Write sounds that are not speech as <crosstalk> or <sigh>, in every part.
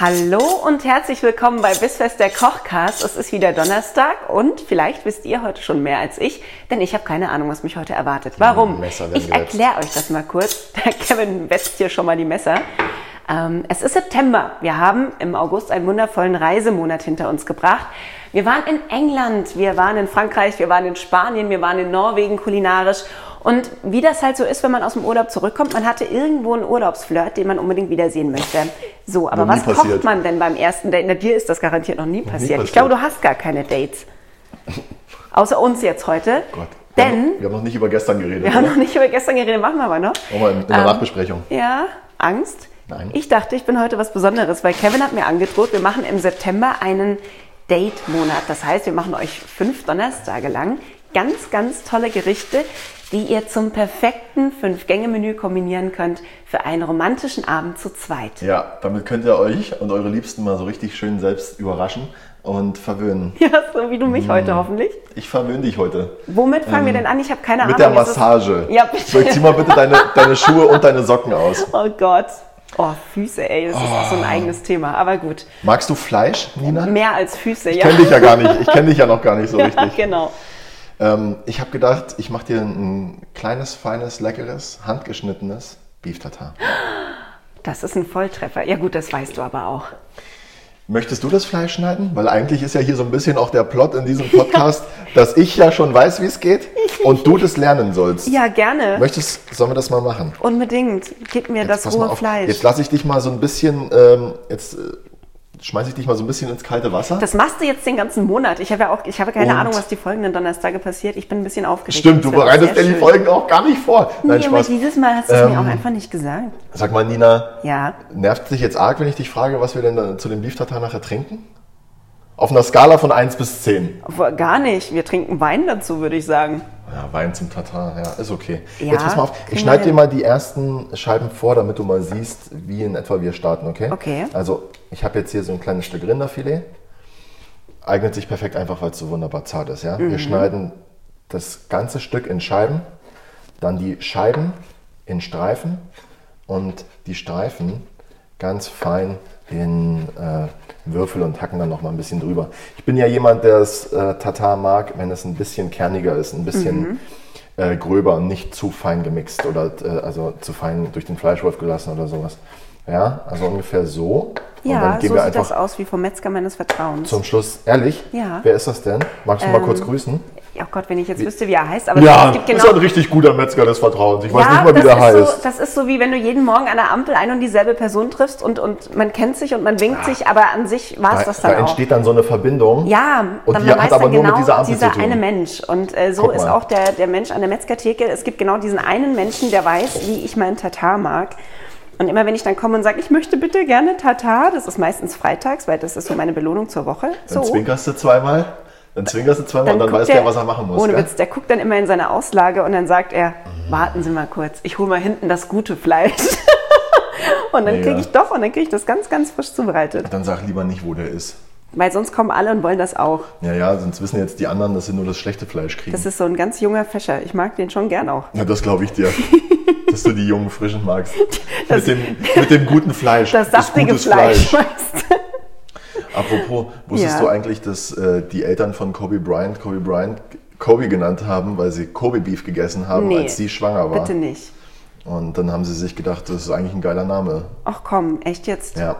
Hallo und herzlich willkommen bei Bissfest der Kochcast. Es ist wieder Donnerstag und vielleicht wisst ihr heute schon mehr als ich, denn ich habe keine Ahnung, was mich heute erwartet. Warum? Mm, Messer werden Ich gewetzt. erkläre euch das mal kurz. <laughs> Der Kevin wetzt hier schon mal die Messer. Ähm, es ist September. Wir haben im August einen wundervollen Reisemonat hinter uns gebracht. Wir waren in England, wir waren in Frankreich, wir waren in Spanien, wir waren in Norwegen kulinarisch. Und wie das halt so ist, wenn man aus dem Urlaub zurückkommt, man hatte irgendwo einen Urlaubsflirt, den man unbedingt wiedersehen möchte. So, aber Noch nie was kocht passiert. man denn beim ersten Date? Na, dir ist das garantiert noch nie passiert. Ich passiert. glaube, du hast gar keine Dates. Außer uns jetzt heute. <laughs> Gott. Denn Wir haben noch nicht über gestern geredet. wir haben noch nicht über gestern geredet, machen wir aber noch. Nochmal in, in Ähm. der Nachbesprechung. Ja, Angst? Nein. Ich dachte, ich bin heute was Besonderes, weil Kevin hat mir angedroht, wir machen im September einen Date-Monat. Das heißt, wir machen euch fünf Donnerstage lang ganz, ganz tolle Gerichte, die ihr zum perfekten Fünf-Gänge-Menü kombinieren könnt für einen romantischen Abend zu zweit. Ja, damit könnt ihr euch und eure Liebsten mal so richtig schön selbst überraschen und verwöhnen. Ja, so wie du mich heute Mhm. hoffentlich. Ich verwöhne dich heute. Ähm, Womit fangen wir denn an? Ich habe keine Mit der Ahnung. es ist- Massage. Ja, bitte. So, zieh mal bitte deine, deine Schuhe und deine Socken aus. Oh Gott. Oh, Füße, ey, das ist auch so Oh. ein eigenes Thema. Aber gut, Magst du Fleisch, Nina? mehr als Füße, Ich kenne <laughs> dich ja gar nicht. Ich kenne dich ja noch gar nicht so ja, richtig. genau. Ähm, ich habe gedacht, ich mache dir ein kleines, feines, leckeres, handgeschnittenes Beef Tartar. Das ist ein Volltreffer. Ja gut, das weißt du aber auch. Möchtest du das Fleisch schneiden? Weil eigentlich ist ja hier so ein bisschen auch der Plot in diesem Podcast, <laughs> dass ich ja schon weiß, wie es geht und du das lernen sollst. Ja, gerne. Möchtest, sollen wir das mal machen? Unbedingt. Gib mir das pass mal rohe auf. Fleisch. Jetzt lasse ich dich mal so ein bisschen, ähm, jetzt äh, schmeiße ich dich mal so ein bisschen ins kalte Wasser. das machst du jetzt den ganzen Monat. Ich habe ja auch, ich habe keine Und- Ahnung, was die folgenden Donnerstage passiert. Ich bin ein bisschen aufgeregt. Stimmt, du Das wird bereitest sehr dir die schön. Folgen auch gar nicht vor. Nein, Nee, aber Spaß. dieses Mal hast du es mir Ähm, auch einfach nicht gesagt. Sag mal, Nina, Ja. nervt es dich jetzt arg, wenn ich dich frage, was wir denn da zu dem Beef Tartar nachher trinken? Auf einer Skala von 1 bis 10. Obwohl, Gar nicht. Wir trinken Wein dazu, würde ich sagen. Ja, Wein zum Tatar, ja, ist okay. Ja, Jetzt pass mal auf, kriegen ich wir schneide dir hin. mal die ersten Scheiben vor, damit du mal siehst, wie in etwa wir starten, okay? Okay. Also, ich habe jetzt hier so ein kleines Stück Rinderfilet. Eignet sich perfekt einfach, weil es so wunderbar zart ist, ja? Mhm. Wir schneiden das ganze Stück in Scheiben, dann die Scheiben in Streifen und die Streifen ganz fein in äh, Würfel und hacken dann noch mal ein bisschen drüber. Ich bin ja jemand, der es äh, Tatar mag, wenn es ein bisschen kerniger ist, ein bisschen Mhm. äh, gröber und nicht zu fein gemixt oder äh, also zu fein durch den Fleischwolf gelassen oder sowas. Ja, also ungefähr so. und Ja, dann so gehen sieht wir das einfach aus wie vom Metzger meines Vertrauens. zum Schluss. Ehrlich? Ja. Wer ist das denn? Magst du mal kurz grüßen? Oh Gott, wenn ich jetzt wüsste, wie er heißt, aber es gibt genau. richtig guter Metzger des Vertrauens. Ich ja, das, ist So, das ist so wie wenn du jeden Morgen an der Ampel ein und dieselbe Person triffst und, und man kennt sich und man winkt sich, aber an sich war es Da, das dann da auch. entsteht dann so eine Verbindung. Ja, und dann die man hat weiß aber dann nur genau mit dieser Ampel dieser zu tun. eine Mensch. Und äh, so Guck ist mal. auch der, der Mensch an der Metzgertheke. Es gibt genau diesen einen Menschen, der weiß, wie ich meinen Tatar mag. Und immer wenn ich dann komme und sage, ich möchte bitte gerne Tatar, das ist meistens freitags, weil das ist so meine Belohnung zur Woche. So. Dann zwinkerst du zweimal, dann zwinkerst du zweimal und dann guckt weiß der, was er machen muss. Ohne gell? Witz, der guckt dann immer in seine Auslage und dann sagt er, warten Sie mal kurz, ich hole mal hinten das gute Fleisch. <laughs> und dann Mega. kriege ich doch, und dann kriege ich das ganz, ganz frisch zubereitet. Dann sag lieber nicht, wo der ist. Weil sonst kommen alle und wollen das auch. Ja, ja, sonst wissen jetzt die anderen, dass sie nur das schlechte Fleisch kriegen. Das ist so ein ganz junger Fächer. Ich mag den schon gern auch. ja, das glaube <laughs> ich dir. dass du die jungen Frischen magst. Das- mit, dem, mit dem guten Fleisch. Das saftige gutes Fleisch, weißt du? Apropos, wusstest Ja. du eigentlich, dass äh, die Eltern von Kobe Bryant Kobe Bryant Kobe genannt haben, weil sie Kobe Beef gegessen haben, Nee, als sie schwanger war? Bitte nicht. Und dann haben sie sich gedacht, das ist eigentlich ein geiler Name. Ach komm, echt jetzt? Ja.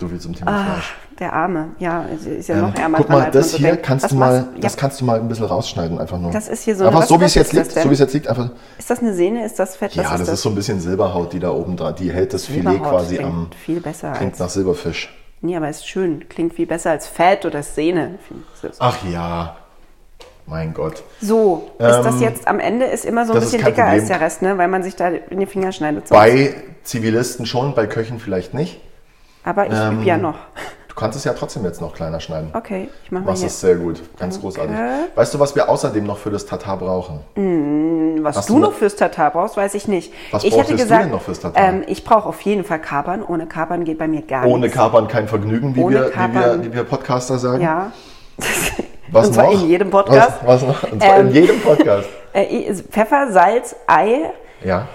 So viel zum Thema Fleisch. Ach, der Arme. Ja, ist ja Ähm, Ah, noch ärmer Guck dran, mal, als man das so hier denkt. kannst Was du mal, machst- Ja, das kannst du mal ein bisschen rausschneiden, einfach nur. Das ist hier so eine- einfach was- so wie was es jetzt ist das liegt, denn? so wie es jetzt liegt, einfach. ist das eine Sehne? Ist das Fett? Ja, Was das, ist so ein bisschen Silberhaut, die da oben dran, die hält das Filet Silberhaut quasi klingt am. viel besser Klingt als- nach Silberfisch. Nee, aber ist schön. Klingt viel besser als Fett oder Sehne. Ach ja, mein Gott. So, ist das Ähm, jetzt am Ende ist immer so ein das ist bisschen kein dicker als Problem. der Rest, ne? weil man sich da in die Finger schneidet. sonst. Bei Zivilisten schon, bei Köchen vielleicht nicht. Aber ich Ähm, übe ja noch. Du kannst es ja trotzdem jetzt noch kleiner schneiden. Okay, ich mache mal Machst hier. es sehr gut, ganz großartig. Weißt du, was wir außerdem noch für das Tatar brauchen? Was hast du du noch noch- fürs Tatar brauchst, weiß ich nicht. Was ich brauchtest hätte du gesagt, denn noch fürs Tatar? Ähm, ich brauche auf jeden Fall Kapern. Ohne Kapern geht bei mir gar Ohne nichts. Kapern kein Vergnügen, wie, Ohne wir, wie, wir, Kapern. wie wir Podcaster sagen. Ja. <laughs> Was Und zwar noch? in jedem Podcast. Was, was noch? Und zwar Ähm, in jedem Podcast. <laughs> Äh, i- Pfeffer, Salz, Ei. Ja.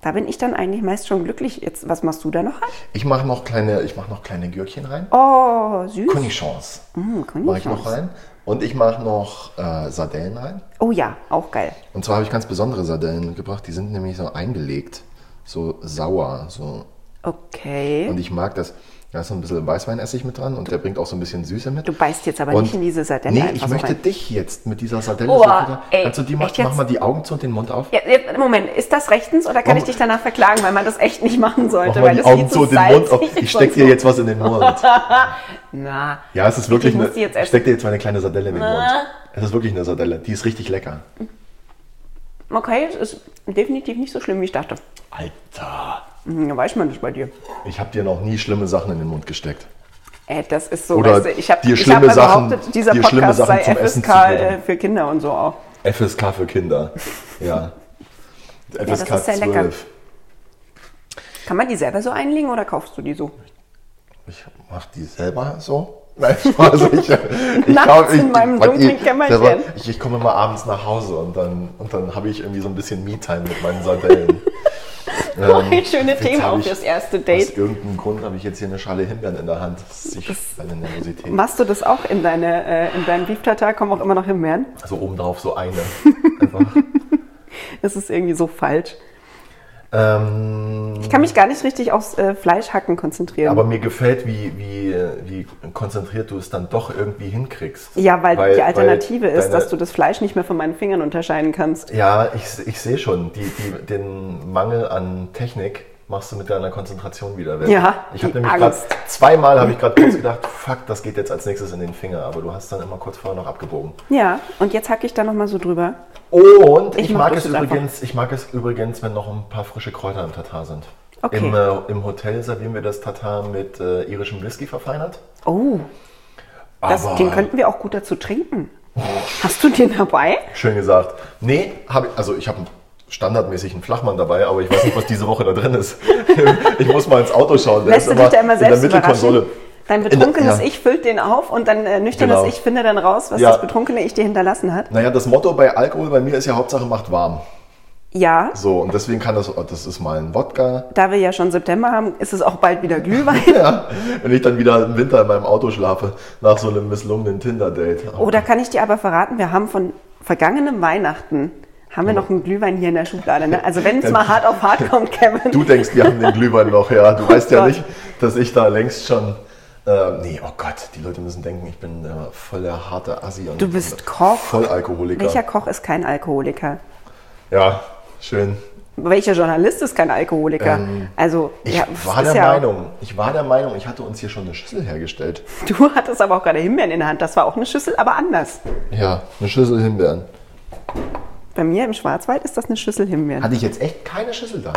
Da bin ich dann eigentlich meist schon glücklich. Jetzt, was machst du da noch? Ich mache noch kleine, ich mach noch kleine Gürkchen rein. Oh, süß. Cornichons Hm, mache ich noch Cornichons. rein. Und ich mache noch äh, Sardellen rein. Oh ja, auch geil. Und zwar habe ich ganz besondere Sardellen gebracht. Die sind nämlich so eingelegt, so sauer. So. Okay. Und ich mag das. Da ist so ein bisschen Weißweinessig mit dran und der bringt auch so ein bisschen Süße mit. Du beißt jetzt aber nicht in diese Sardelle Nee, einfach ich so möchte rein. dich jetzt mit dieser Sardelle Boah, so wieder. ey, also die mach, echt jetzt? mach mal die Augen zu und den Mund auf. Ja, jetzt, Moment, ist das rechtens oder kann Mach ich mal- dich danach verklagen, weil man das echt nicht machen Mach sollte? mal weil die das Augen viel zu und den Mund auf. Ich steck dir jetzt was in <laughs> den Mund. Na, Ja, es ist wirklich Ich muss eine. die jetzt ich steck dir jetzt mal eine kleine Sardelle in den Na. Mund. Es ist wirklich eine Sardelle. Die ist richtig lecker. okay, es ist definitiv nicht so schlimm, wie ich dachte. Alter. Hm, weiß man nicht bei dir. Ich habe dir noch nie schlimme Sachen in den Mund gesteckt. Äh, das ist so, Oder weißt du, ich habe dir ich schlimme mal Sachen- behauptet, dieser dir schlimme Podcast sei Sachen zum Essen FSK zu geben. äh, für Kinder und so auch. FSK für Kinder. Ja. das FSK ist sehr lecker. 12. Kann man die selber so einlegen oder kaufst du die so? Ich mach die selber so. <laughs> Nein, Spaß. <laughs> Ich, ich Nachts glaub, in meinem warte, dunklen ich- Kämmerchen. selber- Ich, ich komme mal abends nach Hause und dann, und dann habe ich irgendwie so ein bisschen Me-Time mit <laughs> meinen Sardellen. Ähm, Schöne jetzt Themen hab auch ich- fürs erste Date. Aus irgendeinem Grund habe ich jetzt hier eine Schale Himbeeren in der Hand. Das ist ich, meine Nervosität. Machst du das auch in, deine, äh, in deinen Beef Tartar? Kommen auch immer noch Himbeeren? Also obendrauf <laughs> so eine. Das ist irgendwie so falsch. ähm, Ich kann mich gar nicht richtig aufs äh, Fleischhacken konzentrieren. aber mir gefällt, wie, wie, wie konzentriert du es dann doch irgendwie hinkriegst. ja, weil, die Alternative weil ist, deine- dass du das Fleisch nicht mehr von meinen Fingern unterscheiden kannst. Ja, ich, ich sehe schon, die, die, den Mangel an Technik machst du mit deiner Konzentration wieder weg. Ja, ich habe die nämlich gerade Angst. zweimal habe ich gerade kurz gedacht, fuck, das geht jetzt als nächstes in den Finger, aber du hast dann immer kurz vorher noch abgebogen. Ja, und jetzt hacke ich da nochmal so drüber. Und ich, Ich mach mag das es jetzt einfach. übrigens, ich mag es übrigens, wenn noch ein paar frische Kräuter im Tatar sind. Okay. Im, äh, Im Hotel servieren wir das Tatar mit äh, irischem Whisky verfeinert. Oh, das, Aber- den könnten wir auch gut dazu trinken. Hast du den dabei? Schön gesagt. Nee, hab, ich- also ich habe standardmäßig einen Flachmann dabei, aber ich weiß nicht, was diese Woche da drin ist. <laughs> Ich muss mal ins Auto schauen. Der Lässt ist du dich da immer selbst in der Mittelkonsole. überraschen? Dein In der- betrunkenes ja. Ich füllt den auf und dein äh, nüchternes Genau. Ich finde dann raus, was Ja. das betrunkene Ich dir hinterlassen hat. Naja, das Motto bei Alkohol bei mir ist ja Hauptsache macht warm. Ja, So, und deswegen kann das, oh, das ist mal ein Wodka. <laughs> da wir ja schon September haben, ist es auch bald wieder Glühwein. Ja, wenn ich dann wieder im Winter in meinem Auto schlafe, nach so einem misslungenen Tinder-Date. Oh, da kann ich dir aber verraten, wir haben von vergangenem Weihnachten haben Genau. wir noch einen Glühwein hier in der Schublade. Ne? Also wenn es mal hart auf <laughs> hart kommt, Kevin. Du denkst, wir haben den Glühwein noch, ja. Du weißt ja Gott. nicht, dass ich da längst schon. Äh, nee, oh Gott, die Leute müssen denken, ich bin äh, voll der harte Assi. Und Du bist Koch. Vollalkoholiker. Welcher Koch ist kein Alkoholiker? Ja, schön. Welcher Journalist ist kein Alkoholiker? also Ähm, Ich ja, war ist der ja- Meinung, ich war der Meinung, ich hatte uns hier schon eine Schüssel hergestellt. <laughs> Du hattest aber auch gerade Himbeeren in der Hand. Das war auch eine Schüssel, aber anders. Ja, eine Schüssel Himbeeren. Bei mir im Schwarzwald ist das eine Schüssel Himbeeren. Hatte ich jetzt echt keine Schüssel da.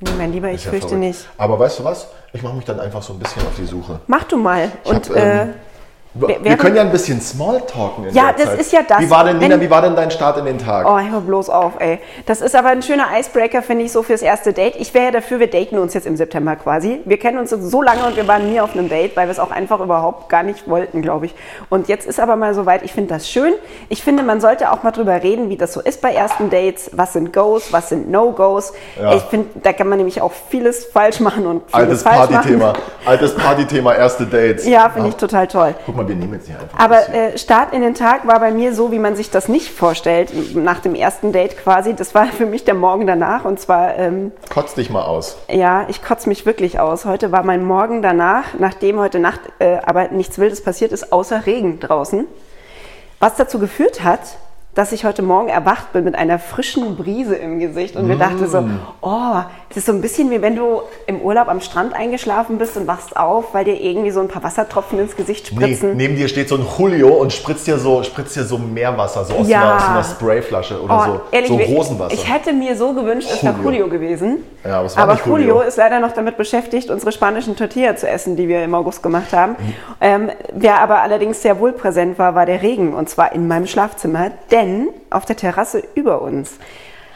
Nee, mein Lieber, ich Ist ja fürchte verrückt. nicht. Aber weißt du was? Ich mache mich dann einfach so ein bisschen auf die Suche. Mach du mal. Und hab, äh, ähm, Wir, während- können ja ein bisschen Smalltalken in Ja, der das Zeit. ist ja das. Wie war denn, Nina, Wenn- wie war denn dein Start in den Tag? Oh, hör bloß auf, ey. Das ist aber ein schöner Icebreaker, finde ich, so fürs erste Date. Ich wäre ja dafür, wir daten uns jetzt im September quasi. Wir kennen uns jetzt so lange und wir waren nie auf einem Date, weil wir es auch einfach überhaupt gar nicht wollten, glaube ich. Und jetzt ist aber mal soweit. Ich finde das schön. Ich finde, man sollte auch mal drüber reden, wie das so ist bei ersten Dates. Was sind Goes, was sind No-Goes. Ja. Ich finde, da kann man nämlich auch vieles falsch machen und vieles Altes falsch Partythema. machen. Altes Partythema, erste Dates. Ja, finde ich total toll. Guck mal, wir nehmen jetzt hier einfach. das Aber hier. äh, Start in den Tag war bei mir so, wie man sich das nicht vorstellt, nach dem ersten Date quasi. Das war <laughs> für mich der Morgen danach. Und zwar, ähm, Kotz dich mal aus. ja, ich kotze mich wirklich aus. Heute war mein Morgen danach, nachdem heute Nacht äh, aber nichts Wildes passiert ist, außer Regen draußen. Was dazu geführt hat, dass ich heute Morgen erwacht bin mit einer frischen Brise im Gesicht Mm. und mir dachte so, oh, es ist so ein bisschen wie wenn du im Urlaub am Strand eingeschlafen bist und wachst auf, weil dir irgendwie so ein paar Wassertropfen ins Gesicht Nee, spritzen. neben dir steht so ein Julio und spritzt dir so, spritzt dir so Meerwasser, so aus, Ja. einer, aus einer Sprayflasche oder Oh, so. ehrlich, so wir- Rosenwasser. Ich hätte mir so gewünscht, es wäre Julio. Julio gewesen. Ja, aber es war nicht Julio. ist leider noch damit beschäftigt, unsere spanischen Tortilla zu essen, die wir im August gemacht haben. Ähm, wer aber allerdings sehr wohl präsent war, war der Regen. Und zwar in meinem Schlafzimmer, denn auf der Terrasse über uns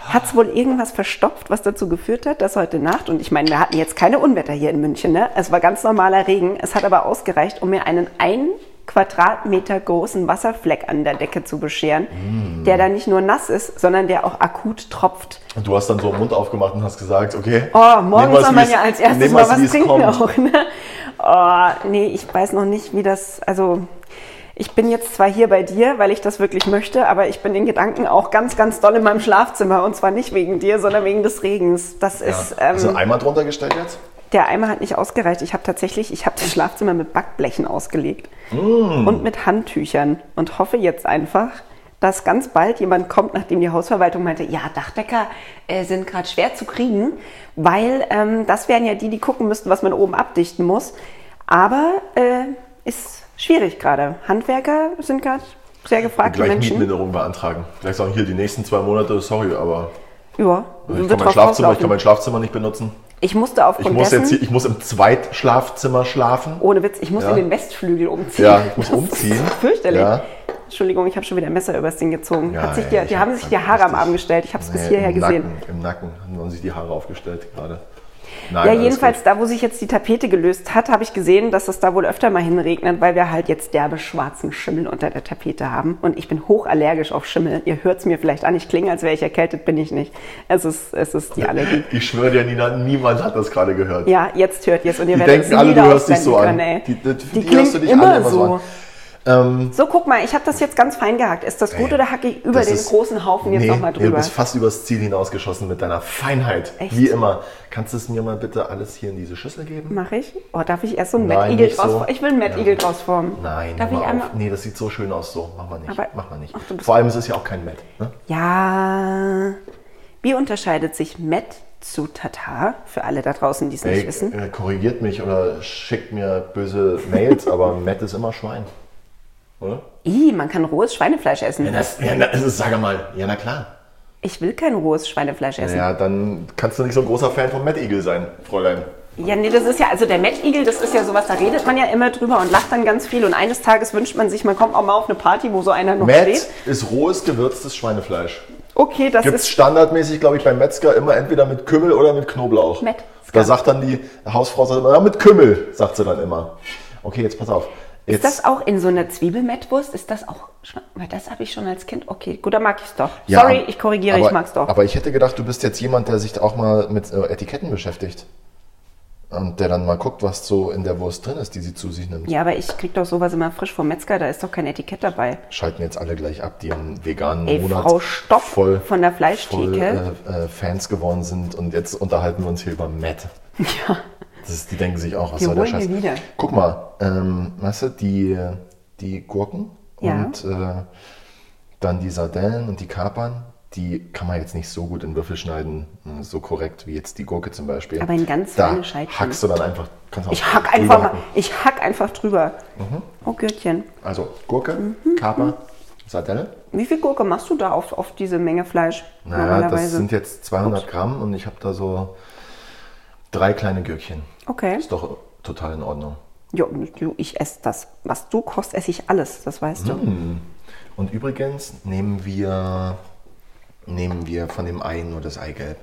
hat es wohl irgendwas verstopft, was dazu geführt hat, dass heute Nacht, und ich meine, wir hatten jetzt keine Unwetter hier in München, ne? es war ganz normaler Regen, es hat aber ausgereicht, um mir einen ein Quadratmeter großen Wasserfleck an der Decke zu bescheren, Mm. der dann nicht nur nass ist, sondern der auch akut tropft. Und du hast dann so den Mund aufgemacht und hast gesagt, okay. Oh, nehmen morgen wir's, soll man wie's- ja als erstes nehmen mal wir's, was wie's trinken kommt. auch. Ne? Oh, nee, ich weiß noch nicht, wie das. Also, ich bin jetzt zwar hier bei dir, weil ich das wirklich möchte, aber ich bin in Gedanken auch ganz, ganz doll in meinem Schlafzimmer. Und zwar nicht wegen dir, sondern wegen des Regens. Das Ja. also ist. Hast du Ähm, einen Eimer drunter gestellt jetzt? der Eimer hat nicht ausgereicht. Ich habe tatsächlich, ich habe das Schlafzimmer mit Backblechen ausgelegt Mm. und mit Handtüchern und hoffe jetzt einfach, dass ganz bald jemand kommt, nachdem die Hausverwaltung meinte, ja, Dachdecker äh, sind gerade schwer zu kriegen, weil ähm, das wären ja die, die gucken müssten, was man oben abdichten muss. Aber äh, ist schwierig gerade. Handwerker sind gerade sehr gefragte Gleich Menschen. Mietminderung beantragen. Gleich sagen, hier die nächsten zwei Monate, sorry, aber Ja, ich wird drauf kann, mein Schlafzimmer, ich rauslaufen. kann mein Schlafzimmer nicht benutzen. ich musste Ich aufgrund muss, dessen, jetzt hier, ich muss im Zweitschlafzimmer schlafen. ohne Witz, ich muss Ja. in den Westflügel umziehen. <laughs> Ja, ich muss Das umziehen. Ist fürchterlich. Ja. Entschuldigung, ich habe schon wieder ein Messer übers Ding gezogen. Ja, Hat sich ey, die, ich die hab haben sich die grad Haare am richtig- Arm gestellt. Ich habe es bis Nee, hierher im gesehen. Nacken, Im Nacken haben sich die Haare aufgestellt gerade. Ja, Nein, alles jedenfalls, gut. da wo sich jetzt die Tapete gelöst hat, habe ich gesehen, dass es da wohl öfter mal hinregnet, weil wir halt jetzt derbe schwarzen Schimmel unter der Tapete haben. Und ich bin hochallergisch auf Schimmel. Ihr hört es mir vielleicht an. Ich klinge, als wäre ich erkältet, bin ich nicht. Es ist, es ist ne, die Allergie. Ich schwöre dir, Nina, niemand hat das gerade gehört. Ja, jetzt hört ihr es und ihr Die werdet denken es nie alle, du wieder hörst dich ausblenden so an. können, ey. Die- die- für die klingt hörst du dich immer, alle immer so Ähm, so. so, guck mal, ich habe das jetzt ganz fein gehackt. Ist das gut oder hacke ich über Das den ist- großen Haufen jetzt nee, nochmal Du drüber? bist fast übers Ziel hinausgeschossen mit deiner Feinheit. Echt? Wie immer. Kannst du es mir mal bitte alles hier in diese Schüssel geben? Mache ich? Oh, darf ich erst so einen Nein, Mad Eagle nicht so. draus Ich will einen Mad Ja. Eagle draus formen. Nein, darf hör ich mal einmal. auf. Nee, das sieht so schön aus. So, mach mal nicht. Aber- mach mal nicht. Ach, du bist- Vor allem, es ist ja auch kein Met. Ne? Ja. Wie unterscheidet sich Matt zu Tatar? Für alle da draußen, die es nicht Ey, wissen. äh, korrigiert mich oder schickt mir böse <laughs> Mails, aber Met ist immer Schwein. Oder? Ih, man kann rohes Schweinefleisch Ja, essen. das, ja, das ist, sag mal, ja, na klar. Ich will kein rohes Schweinefleisch essen. Ja, dann kannst du nicht so ein großer Fan vom Met Eagle sein, Fräulein. Ja, nee, das ist ja, also der Mad Eagle, das ist ja sowas, da redet man ja immer drüber und lacht dann ganz viel. Und eines Tages wünscht man sich, man kommt auch mal auf eine Party, wo so einer noch Met steht. ist rohes, gewürztes Schweinefleisch. Okay, das Gibt ist es standardmäßig, glaube ich, beim Metzger immer entweder mit Kümmel oder mit Knoblauch. Metzger. Da sagt dann die Hausfrau sagt immer, ja, mit Kümmel, sagt sie dann immer. Okay, jetzt pass auf. Ist Jetzt, das auch in so einer Zwiebelmettwurst? Ist das auch. Schwe- Weil das habe ich schon als Kind. Okay, gut, dann mag ich es doch. Ja, Sorry, ich korrigiere, aber, ich mag es doch. Aber ich hätte gedacht, du bist jetzt jemand, der sich auch mal mit äh, Etiketten beschäftigt. Und der dann mal guckt, was so in der Wurst drin ist, die sie zu sich nimmt. ja, aber ich krieg doch sowas immer frisch vom Metzger, da ist doch kein Etikett dabei. <laughs> Schalten jetzt alle gleich ab, die im veganen Ey, Monat Frau Stopp voll, von der Fleischtheke. voll äh, äh, Fans geworden sind. Und jetzt unterhalten wir uns hier über Matt. Ja. Das ist, die denken sich auch, was Die soll der holen wir Scheiß? wieder. Guck mal, ähm, weißt du, die, die Gurken Ja. und äh, dann die Sardellen und die Kapern, die kann man jetzt nicht so gut in Würfel schneiden, mh, so korrekt wie jetzt die Gurke zum Beispiel. Aber in ganz da feine Scheibchen. hackst du dann einfach, kannst du Ich auch hack drüber Mhm. einfach mal. hacken. Ich hack einfach drüber. Oh Gürtchen. Also Gurke, Mhm, Kaper, Sardelle. Wie viel Gurke machst du da auf, auf diese Menge Fleisch Naja, das sind jetzt 200 Gramm und ich habe da so drei kleine Gürkchen. okay. Ist doch total in Ordnung. Jo, du, ich esse das. Was du kochst, esse ich alles, das weißt du. Mm. Und übrigens nehmen wir, nehmen wir von dem Ei nur das Eigelb.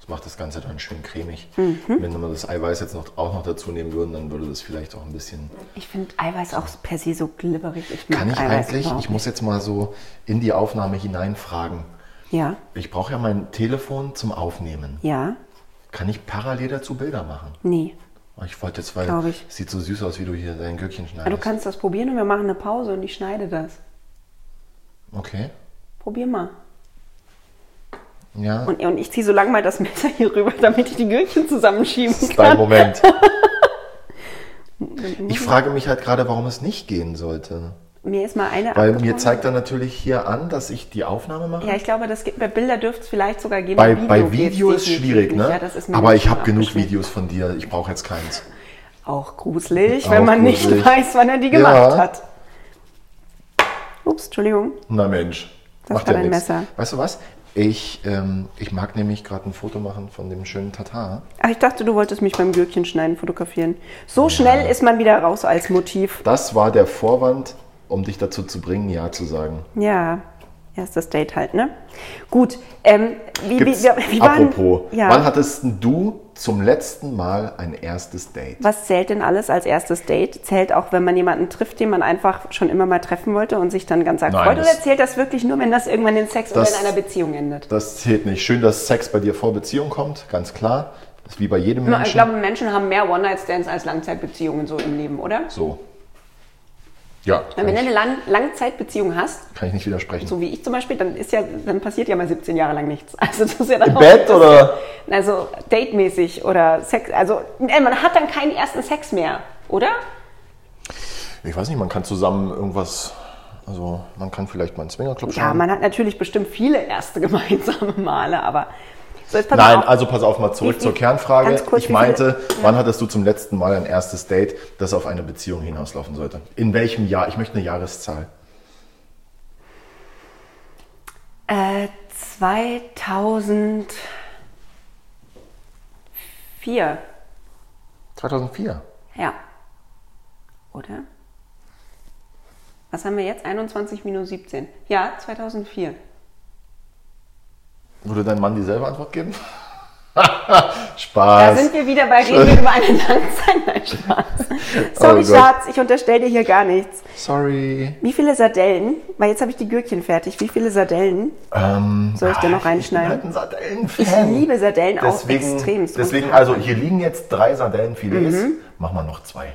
Das macht das Ganze dann schön cremig. Mhm. Wenn wir das Eiweiß jetzt noch, auch noch dazu nehmen würden, dann würde das vielleicht auch ein bisschen. Ich finde Eiweiß auch per se so glibberig. Ich mag Kann ich Eiweiß eigentlich, überhaupt ich muss jetzt mal so in die Aufnahme hineinfragen. nicht. Ja, Ich brauche ja mein Telefon zum Aufnehmen. ja, Kann ich parallel dazu Bilder machen? nee. Oh, Ich wollte jetzt, weil Glaub ich. es sieht so süß aus, wie du hier dein Gürkchen Aber du schneidest. kannst das probieren und wir machen eine Pause und ich schneide das. okay. Probier mal. Ja. Und, und ich ziehe so lang mal das Messer hier rüber, damit ich die Gürkchen zusammenschieben Das ist kann. <laughs> dein Moment. Ich frage mich halt gerade, warum es nicht gehen sollte. Mir ist mal eine Weil mir abgebrochen. zeigt er natürlich hier an, dass ich die Aufnahme mache. Ja, ich glaube, das gibt, bei Bilder dürfte es vielleicht sogar geben. bei, bei geht's Video ist definitiv schwierig, nicht. ne? Ja, das ist mir Aber nicht ich habe schon genug abgeschnitten. Videos von dir, ich brauche jetzt keins. Auch gruselig, wenn Auch man gruselig. nicht weiß, wann er die Ja. gemacht hat. Ups, Entschuldigung. Na Mensch, Das macht war ja dein nichts. Messer. Weißt du was? Ich, ähm, ich mag nämlich gerade ein Foto machen von dem schönen Tatar. Ach, ich dachte, du wolltest mich beim Gürkchen schneiden fotografieren. So schnell ist man wieder raus als Motiv. Das war der Vorwand, um dich dazu zu bringen, Ja zu sagen. Ja, erstes Date halt, ne? Gut, ähm, wie, wie, Gibt's, wie, wie waren- apropos, Ja, wann hattest denn du zum letzten Mal ein erstes Date? was zählt denn alles als erstes Date? Zählt auch, wenn man jemanden trifft, den man einfach schon immer mal treffen wollte und sich dann ganz arg Nein, freut? das- Oder zählt das wirklich nur, wenn das irgendwann in Sex Das- oder in einer Beziehung endet? Das zählt nicht. Schön, dass Sex bei dir vor Beziehung kommt, ganz klar. Das ist wie bei jedem Menschen. Ich glaube, Menschen haben mehr One-Night-Stands als Langzeitbeziehungen so im Leben, oder? so. Ja, kann Wenn du eine ich, Lang Langzeitbeziehung hast, kann ich nicht widersprechen. so wie ich zum Beispiel, dann ist ja, dann passiert ja mal 17 Jahre lang nichts. <laughs> Also das ist ja dann Im auch- Bett das- oder? Also datemäßig oder Sex, also ey, man hat dann keinen ersten Sex mehr, oder? Ich weiß nicht, man kann zusammen irgendwas, also man kann vielleicht mal einen Swingerclub Ja, schauen. man hat natürlich bestimmt viele erste <laughs> gemeinsame Male, aber so jetzt pass mal Nein, auf. also pass auf mal zurück Wie- wie- zur Kernfrage. ganz kurz, ich wie meinte, viele- wann hattest du zum letzten Mal ein erstes Date, das auf eine Beziehung hinauslaufen sollte? In welchem Jahr? Ich möchte eine Jahreszahl. also- Äh, 2004. 2004. Ja. Oder? Was haben wir jetzt? 21 minus 17. Ja, 2004. Würde dein Mann dieselbe Antwort geben? <laughs> Da Spaß. sind wir wieder bei Reden wir über eine Langzeit. Nein, Spaß. Sorry, <laughs> Oh Gott. Schatz, ich unterstelle dir hier gar nichts. Sorry. Wie viele Sardellen? Weil jetzt habe ich die Gürkchen fertig. Wie viele Sardellen? Ähm, Soll ich da noch reinschneiden? Ich bin halt ein Ich Sardellenfan. liebe Sardellen auch Deswegen, extremst. deswegen, also hier liegen jetzt drei Mhm. Sardellenfilets. Machen wir noch zwei.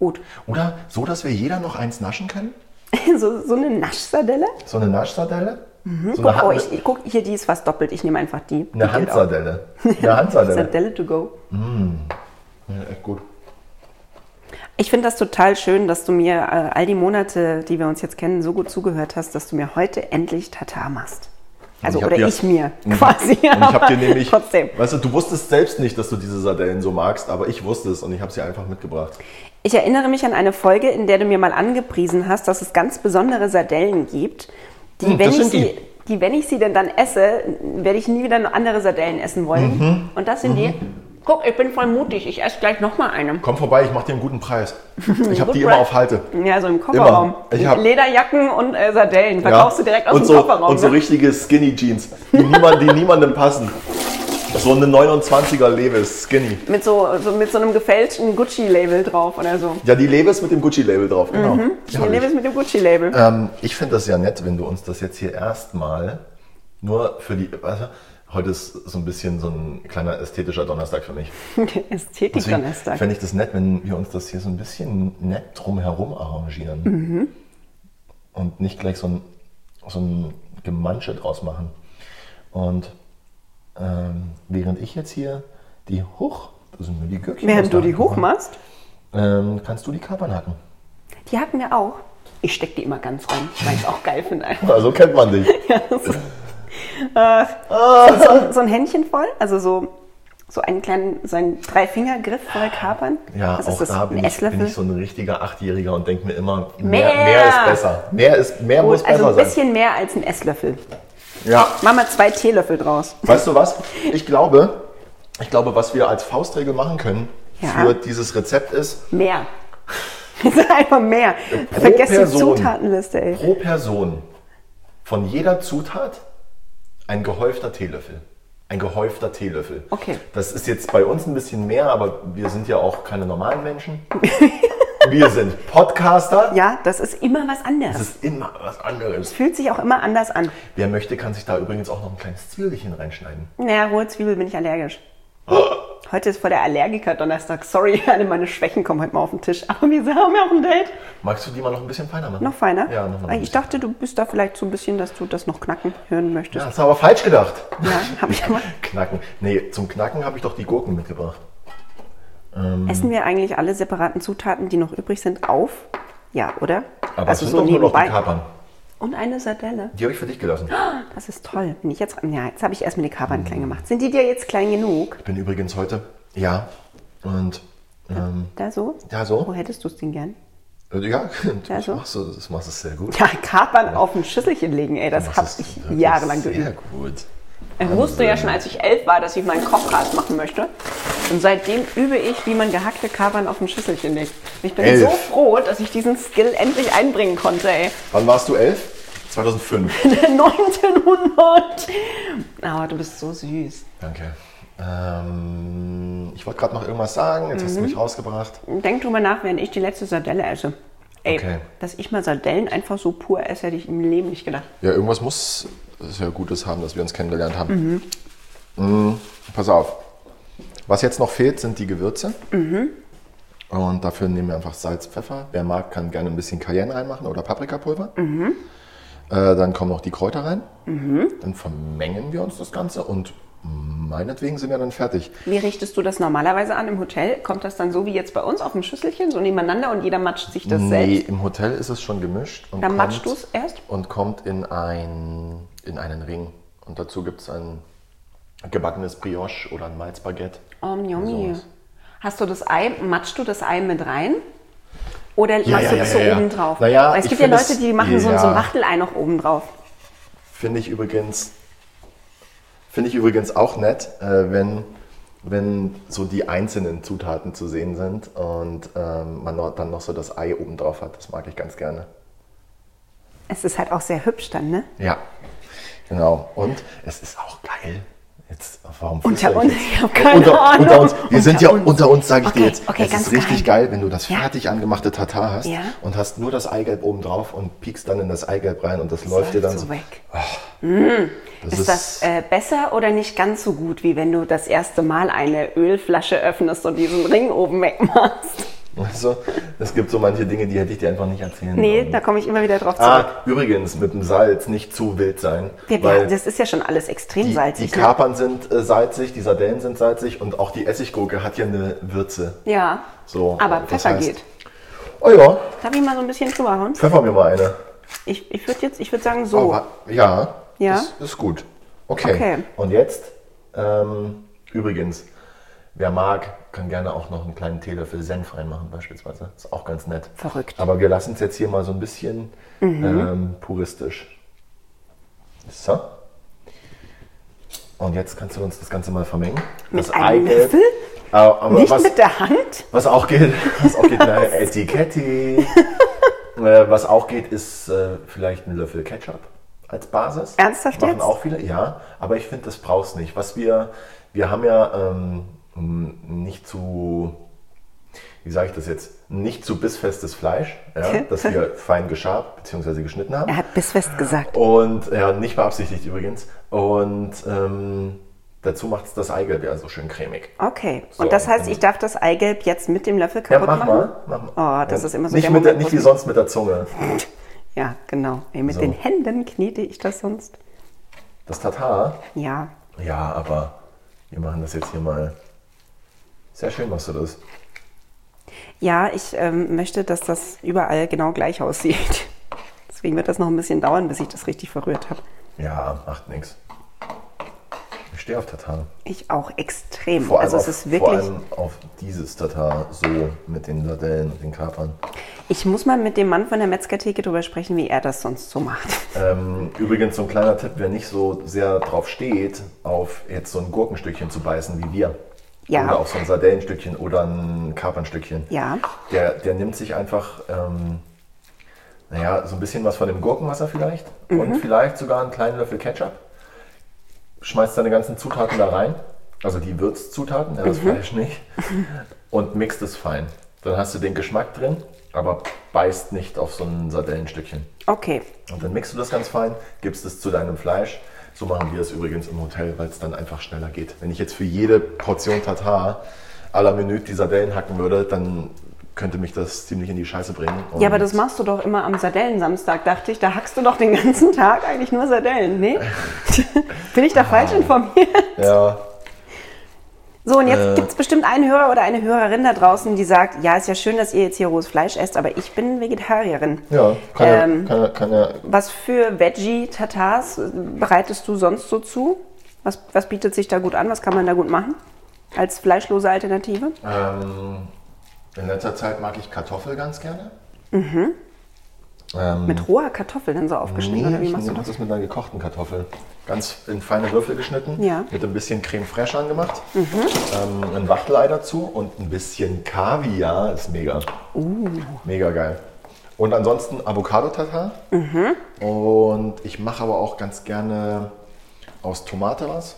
Gut. <laughs> Oder so, dass wir jeder noch eins naschen können? So, so eine Naschsardelle? So eine Naschsardelle? So eine, Guck, Hand- oh, ich, ich guck, hier, die ist fast doppelt. Ich nehme einfach die. eine Die geht auch. Handsardelle. <laughs> Eine Handsardelle. Sardelle to go. Ja, echt gut. Ich finde das total schön, dass du mir äh, all die Monate, die wir uns jetzt kennen, so gut zugehört hast, dass du mir heute endlich Tatar machst. Also, Ich hab oder dir- ich mir Mhm. quasi. Und ich <laughs> habe dir nämlich, Trotzdem. weißt du, du wusstest selbst nicht, dass du diese Sardellen so magst, aber ich wusste es und ich habe sie einfach mitgebracht. Ich erinnere mich an eine Folge, in der du mir mal angepriesen hast, dass es ganz besondere Sardellen gibt, die, Hm, wenn, das ich sind sie, die. die. wenn ich sie denn dann esse, werde ich nie wieder andere Sardellen essen wollen. Mhm. Und das sind die. Guck, ich bin voll mutig, ich esse gleich nochmal eine. Komm vorbei, ich mache dir einen <laughs> guten Preis. Ich habe Good die immer Price. auf Halte. Ja, so im Kofferraum. Ich hab- Lederjacken und äh, Sardellen verkaufst du direkt aus und dem so, Kofferraum. Und so ne? richtige Skinny Jeans, die, niemand, die niemandem passen. So eine 29er Levis, Skinny. mit, so, so, mit so einem gefälschten Gucci-Label drauf oder so. Ja, die Levis mit dem Gucci-Label drauf, genau. Die Ich hab ich. nehme es mit dem Gucci-Label. Ähm, ich finde das ja nett, wenn du uns das jetzt hier erstmal nur für die. Weißt du, heute ist so ein bisschen so ein kleiner ästhetischer Donnerstag für mich. <laughs> Deswegen Ästhetik-Donnerstag. fände Äh. ich das nett, wenn wir uns das hier so ein bisschen nett drumherum arrangieren. Mhm. Und nicht gleich so ein, so ein Gemansche draus machen. Und ähm, während ich jetzt hier die Hoch, das sind nur die Gürkchen. aus Während der du die Hand hoch gemacht, machst, Ähm, kannst du die Kapern hacken. die hatten wir auch. Ich stecke die immer ganz rein, weil ich es auch geil <laughs> finde. Äh, Also kennt man dich. Ah. so, so ein Händchen voll, also so, so einen kleinen, so einen Dreifingergriff voll Kapern. Ja, Was auch ist das? da ein bin ich, bin Esslöffel? ich so ein richtiger Achtjähriger und denke mir immer, mehr, Mehr! mehr ist besser. Mehr, ist, mehr Gut, muss also besser ein sein. bisschen mehr als ein Esslöffel. Ja. Mach mal zwei Teelöffel draus. Weißt <laughs> du was? Ich glaube, ich glaube, was wir als Faustregel machen können Ja. für dieses Rezept ist, Mehr. <laughs> Einfach mehr. Pro Vergesst die Person. Zutatenliste, ey. pro Person von jeder Zutat ein gehäufter Teelöffel. Ein gehäufter Teelöffel. Okay. Das ist jetzt bei uns ein bisschen mehr, aber wir sind ja auch keine normalen Menschen. <laughs> wir sind Podcaster. Ja, das ist immer was anderes. Das ist immer was anderes. Fühlt sich auch immer anders an. Wer möchte, kann sich da übrigens auch noch ein kleines Zwiebelchen reinschneiden. Naja, rohe Zwiebel bin ich allergisch. Heute ist voll der Allergiker-Donnerstag. Sorry, <laughs> alle meine Schwächen kommen heute mal auf den Tisch. Aber wir haben ja auch ein Date. Magst du die mal noch ein bisschen feiner machen? Noch feiner? Ja, noch mal. Ich dachte, du bist da vielleicht so ein bisschen, dass du das noch knacken hören Ja, möchtest. hast du aber falsch gedacht. Ja, hab ich aber. <laughs> Knacken. Nee, zum Knacken habe ich doch die Gurken mitgebracht. Essen wir eigentlich alle separaten Zutaten, die noch übrig sind, auf? Ja, oder? Aber also es so sind doch nur noch die nebenbei. Kapern. Und eine Sardelle. Die habe ich für dich gelassen. Das ist toll. Bin ich jetzt, ja, jetzt habe ich erstmal die Kapern klein gemacht. Sind die dir jetzt klein genug? Ich bin übrigens heute, ja, und ähm, Da so? ja, so. Wo hättest du es denn gern? Äh, Ja, Ja, das so. machst du, das machst du sehr gut. Ja, Kapern auf ein Schüsselchen legen, ey, das Das habe ist ich wirklich jahrelang Sehr geübt. gut. Ich Also, wusste ja schon, als ich elf war, dass ich meinen Kochkast machen möchte. Und seitdem übe ich, wie man gehackte Kapern auf ein Schüsselchen legt. Und ich bin Elf. so froh, dass ich diesen Skill endlich einbringen konnte, ey. <laughs> Wann warst du elf? 2005. 1900. Aber Ah, du bist so süß. Danke. Ähm, ich wollte gerade noch irgendwas sagen, jetzt Mhm. hast du mich rausgebracht. Denk drüber nach, während ich die letzte Sardelle esse. Ey, Okay. dass ich mal Sardellen einfach so pur esse, hätte ich im Leben nicht gedacht. Ja, irgendwas muss es ja Gutes haben, dass wir uns kennengelernt haben. Mhm. Mm, pass auf. Was jetzt noch fehlt, sind die Gewürze. Mhm. Und dafür nehmen wir einfach Salz, Pfeffer. Wer mag, kann gerne ein bisschen Cayenne reinmachen oder Paprikapulver. Mhm. Äh, dann kommen noch die Kräuter rein. Dann vermengen wir uns das Ganze und meinetwegen sind wir dann fertig. Wie richtest du das normalerweise an im Hotel? Kommt das dann so wie jetzt bei uns auf ein Schüsselchen, so nebeneinander und jeder matscht sich das Nee, selbst? im Hotel ist es schon gemischt. Und Dann kommt- matschst du's erst? Und kommt in, ein, in einen Ring. Und dazu gibt es ein gebackenes Brioche oder ein Malzbaguette. Also, Oh, yummy. Sowas. Hast du das Ei, matschst du das Ei mit rein? Oder Ja, machst ja, du ja, das so ja, ja. oben drauf? Na ja, Weil es ich gibt ja find Leute, es- die machen so, so ein ja. Wachtelei noch oben drauf. Finde ich übrigens, finde ich übrigens auch nett, äh, wenn, wenn so die einzelnen Zutaten zu sehen sind und ähm, man noch, dann noch so das Ei oben drauf hat. Das mag ich ganz gerne. Es ist halt auch sehr hübsch dann, ne? Ja, genau. Und es ist auch geil. Jetzt, warum Unter flüstere uns, jetzt? ich habe keine unter, Ahnung. Unter uns. Wir sind ja unter uns, sage ich Okay, dir jetzt. okay, es ganz ist geheim. richtig geil. wenn du das Ja. fertig angemachte Tatar hast Ja. und hast nur das Eigelb oben drauf und piekst dann in das Eigelb rein und das läuft dir dann so so. weg. Das Ist das äh, besser oder nicht ganz so gut, wie wenn du das erste Mal eine Ölflasche öffnest und diesen Ring oben wegmachst? also, es gibt <laughs> so manche Dinge, die hätte ich dir einfach nicht erzählen Nee, sollen. da komme ich immer wieder drauf zurück. Genau. Ah, übrigens, mit dem Salz nicht zu wild sein. ja, ja, weil das ist ja schon alles extrem die, salzig. die ne? Kapern sind äh, salzig, die Sardellen sind salzig und auch die Essiggurke hat ja eine Würze. Ja, So, aber das Pfeffer heißt- geht. Oh ja, Darf ich mal so ein bisschen drüber hauen? pfeffer mir mal eine. Ich, ich würde jetzt, ich würde sagen Oh, so. wa- ja, Ja? Ist, ist gut. Okay. Okay. Und jetzt, ähm, übrigens, wer mag, kann gerne auch noch einen kleinen Teelöffel Senf reinmachen beispielsweise. Ist auch ganz nett. Verrückt. Mhm. Aber wir lassen es jetzt hier mal so ein bisschen ähm, puristisch. So. Und jetzt kannst du uns das Ganze mal vermengen. Mit das einem Eigelb. Löffel? Aber, aber Nicht was, mit der Hand? was auch geht, <laughs> was auch geht, na, Etiketti. äh, was auch geht, ist äh, vielleicht ein Löffel Ketchup als Basis. Ernsthaft Machen jetzt? auch viele, ja. Aber ich finde, das brauchst nicht. Was wir, wir haben ja ähm, m, nicht zu, wie sage ich das jetzt, nicht zu bissfestes Fleisch, ja, das wir fein geschabt bzw. geschnitten haben. Er hat bis fest gesagt. Und ja, nicht beabsichtigt übrigens. Und ähm, dazu macht es das Eigelb ja so schön cremig. Okay. So, Und das heißt, dann- ich darf das Eigelb jetzt mit dem Löffel Ja, kaputt mach machen? mal. Mach mal. Oh, das ist immer so nicht der mit der, Moment, Nicht wo- wie sonst mit der Zunge. Ja, genau. Ey, mit So. den Händen knete ich das sonst. Das Tatar. Ja. Ja, aber wir machen das jetzt hier mal. Sehr schön machst du das. Ja, ich ähm, möchte, dass das überall genau gleich aussieht. <laughs> Deswegen wird das noch ein bisschen dauern, bis ich das richtig verrührt habe. Ja, macht nichts. Ich stehe auf Tatar. Ich auch extrem. Vor allem, also es auf, ist vor wirklich. allem auf dieses Tatar so mit den Sardellen und den Kapern. Ich muss mal mit dem Mann von der Metzgertheke drüber sprechen, wie er das sonst so macht. <laughs> Ähm, übrigens so ein kleiner Tipp, wer nicht so sehr drauf steht, auf jetzt so ein Gurkenstückchen zu beißen wie wir. Ja. Oder auf so ein Sardellenstückchen oder ein Kapernstückchen. Ja. Der, der nimmt sich einfach, ähm, naja, so ein bisschen was von dem Gurkenwasser vielleicht und vielleicht sogar einen kleinen Löffel Ketchup. Schmeißt seine ganzen Zutaten da rein, also die Würzzutaten, ja, das Fleisch nicht, und mixt es fein. Dann hast du den Geschmack drin, aber beißt nicht auf so ein Sardellenstückchen. Okay. Und dann mixt du das ganz fein, gibst es zu deinem Fleisch. So machen wir es übrigens im Hotel, weil es dann einfach schneller geht. Wenn ich jetzt für jede Portion Tatar à la Minute die Sardellen hacken würde, dann könnte mich das ziemlich in die Scheiße bringen. Und Ja, aber das machst du doch immer am Sardellensamstag, dachte ich. Da hackst du doch den ganzen Tag eigentlich nur <laughs> Sardellen, ne? Bin ich da falsch informiert? Ja, So, und jetzt gibt's gibt es bestimmt einen Hörer oder eine Hörerin da draußen, die sagt, ja, ist ja schön, dass ihr jetzt hier rohes Fleisch esst, aber ich bin Vegetarierin. Ja, kann, Ähm. ja, kann, ja, kann ja. Was für Veggie-Tatars bereitest du sonst so zu? Was, was bietet sich da gut an? Was kann man da gut machen? Als fleischlose Alternative? Ähm, in letzter Zeit mag ich Kartoffel ganz gerne. Mhm. Ähm, Mit roher Kartoffel dann so aufgeschnitten oder wie ich machst du mach das? das mit einer gekochten Kartoffel. Ganz in feine Würfel geschnitten, Ja. Mhm. mit ein bisschen Creme Fraiche angemacht, ähm, ein Wachtelei dazu und ein bisschen Kaviar ist mega. Uh. Mega geil. Und ansonsten Avocado-Tatar. Mhm. Und ich mache aber auch ganz gerne aus Tomate was.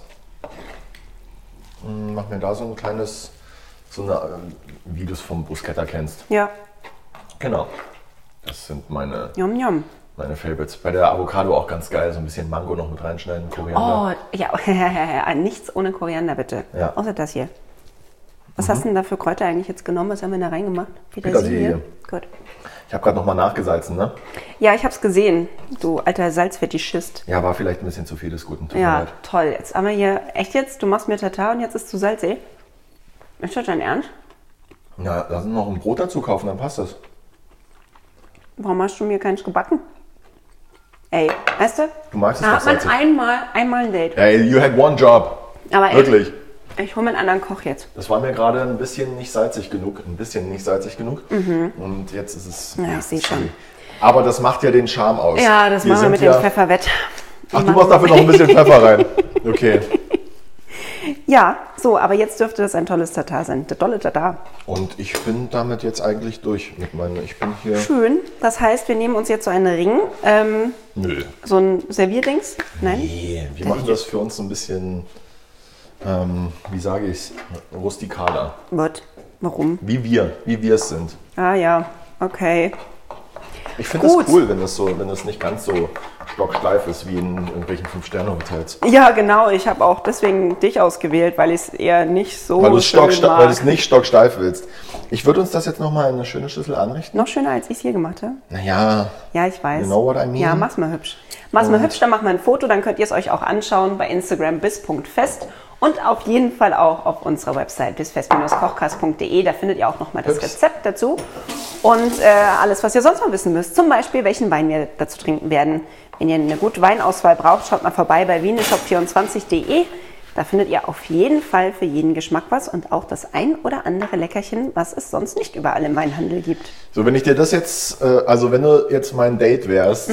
Mm, Mach mir da so ein kleines, so eine, ähm, wie du es vom Bruschetta kennst. Ja, Genau. Das sind meine yum yum. meine Favorites. Bei der Avocado auch ganz geil, so ein bisschen Mango noch mit reinschneiden, Koriander. Oh, ja, <laughs> Ah, nichts ohne Koriander bitte. Ja. Mhm. Außer das hier. Was hast du denn da für Kräuter eigentlich jetzt genommen? Was haben wir da reingemacht? Petersilie. Gut. Ich habe gerade nochmal nachgesalzen, ne? Ja, ich hab's gesehen. Du alter Salzfetischist. Ja, war vielleicht ein bisschen zu viel des Guten. Tut mir Ja, leid. toll. Jetzt haben wir hier, echt jetzt? Du machst mir Tatar und jetzt ist zu salzig? Ist das dein Ernst? Na, lass uns noch ein Brot dazu kaufen, dann passt das. Warum hast du mir keins gebacken? Ey, weißt du? Du magst es da doch hat man salzig. einmal, einmal ein Date. Hey, you had one job. Aber echt, Wirklich. ich hole mir einen anderen Koch jetzt. Das war mir gerade ein bisschen nicht salzig genug. Ein bisschen nicht salzig genug. Und jetzt ist es. Mhm. Ja, ich seh schon. sorry. Aber das macht ja den Charme aus. Ja, das machen wir sind mit ja, dem Pfeffer wett. Ach, du <laughs> machst dafür noch ein bisschen Pfeffer rein. Okay. Ja, so, aber jetzt dürfte das ein tolles Tatar sein. Der tolle Tatar. Und ich bin damit jetzt eigentlich durch. Mit meiner, ich bin hier. Schön. Das heißt, wir nehmen uns jetzt so einen Ring, ähm, Nö. so ein Servierdings. Nein? Nee, wir machen das für uns ein bisschen, ähm, wie sage ich rustikaler. Wird. Warum? Wie wir, wie wir es sind. Ah ja, okay. Ich finde es Gut. cool, wenn es so, wenn es nicht ganz so stocksteif ist wie in irgendwelchen Fünf-Sterne-Hotels. Ja, genau. Ich habe auch deswegen dich ausgewählt, weil ich es eher nicht so Weil du es schön stockste- weil du mag. es nicht stocksteif willst. Ich würde uns das jetzt nochmal in eine schöne Schüssel anrichten. Noch schöner, als ich es hier gemacht habe. Naja, Ja, ich weiß. You know what I mean? Ja, mach's mal hübsch. Mach's mal hübsch, dann mach mal ein Foto, dann könnt ihr es euch auch anschauen bei Instagram bis.fest und auf jeden Fall auch auf unserer Website bisfest-kochkast.de. E. Da findet ihr auch nochmal das Hübsch. Rezept dazu und äh, alles, was ihr sonst noch wissen müsst. Zum Beispiel, welchen Wein wir dazu trinken werden. Wenn ihr eine gute Weinauswahl braucht, schaut mal vorbei bei wieneshop24.de. E. Da findet ihr auf jeden Fall für jeden Geschmack was und auch das ein oder andere Leckerchen, was es sonst nicht überall im Weinhandel gibt. So, wenn ich dir das jetzt, äh, also wenn du jetzt mein Date wärst,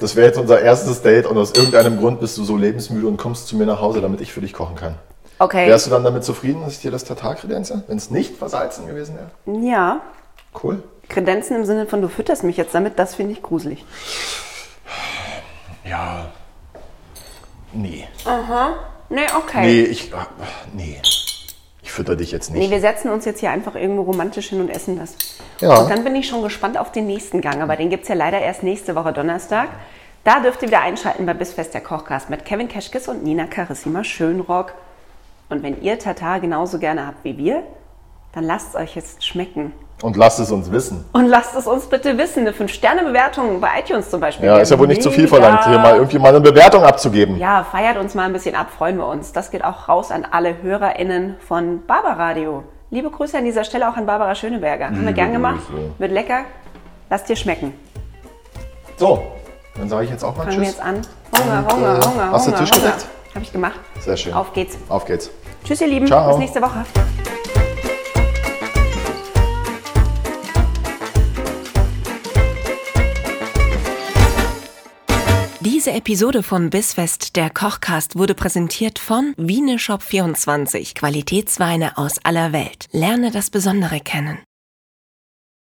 das wäre jetzt unser erstes Date und aus irgendeinem Grund bist du so lebensmüde und kommst zu mir nach Hause, damit ich für dich kochen kann. Okay. Wärst du dann damit zufrieden, dass ich dir das Tatar kredenze, wenn es nicht versalzen gewesen wäre? Ja, Cool. Kredenzen im Sinne von, du fütterst mich jetzt damit, das finde ich gruselig. Ja. Nee. Nee, Nee, okay. ich. ah, Nee. Ich fütter dich jetzt Nee. nicht. wir setzen uns jetzt hier einfach irgendwo romantisch hin und essen das. Ja. Und dann bin ich schon gespannt auf den nächsten Gang, aber den gibt es ja leider erst nächste Woche Donnerstag. Da dürft ihr wieder einschalten bei Bissfest der Kochcast mit Kevin Keschkes und Nina Carissima Schönrock. Und wenn ihr Tatar genauso gerne habt wie wir, dann lasst es euch jetzt schmecken. Und lasst es uns wissen. Und lasst es uns bitte wissen. Eine 5-Sterne-Bewertung bei iTunes zum Beispiel. Ja, wäre ist ja wohl nicht zu viel mega. verlangt, hier mal irgendwie mal eine Bewertung abzugeben. Ja, feiert uns mal ein bisschen ab, freuen wir uns. Das geht auch raus an alle HörerInnen von Barbaradio. Liebe Grüße an dieser Stelle auch an Barbara Schöneberger. Haben wir gern gemacht. Mhm, Grüße. Wird lecker. Lass dir schmecken. So, dann sage ich jetzt auch mal Fangen wir Tschüss. jetzt an. Hunger, Hunger, äh, Hunger, hast du Hunger, Tisch Hunger. gedeckt? Hab ich gemacht. Sehr schön. Auf geht's. Auf geht's. Tschüss, ihr Lieben. Ciao. Bis nächste Woche. Diese Episode von Bissfest, der Kochcast, wurde präsentiert von Wieneshop24, Qualitätsweine aus aller Welt. Lerne das Besondere kennen.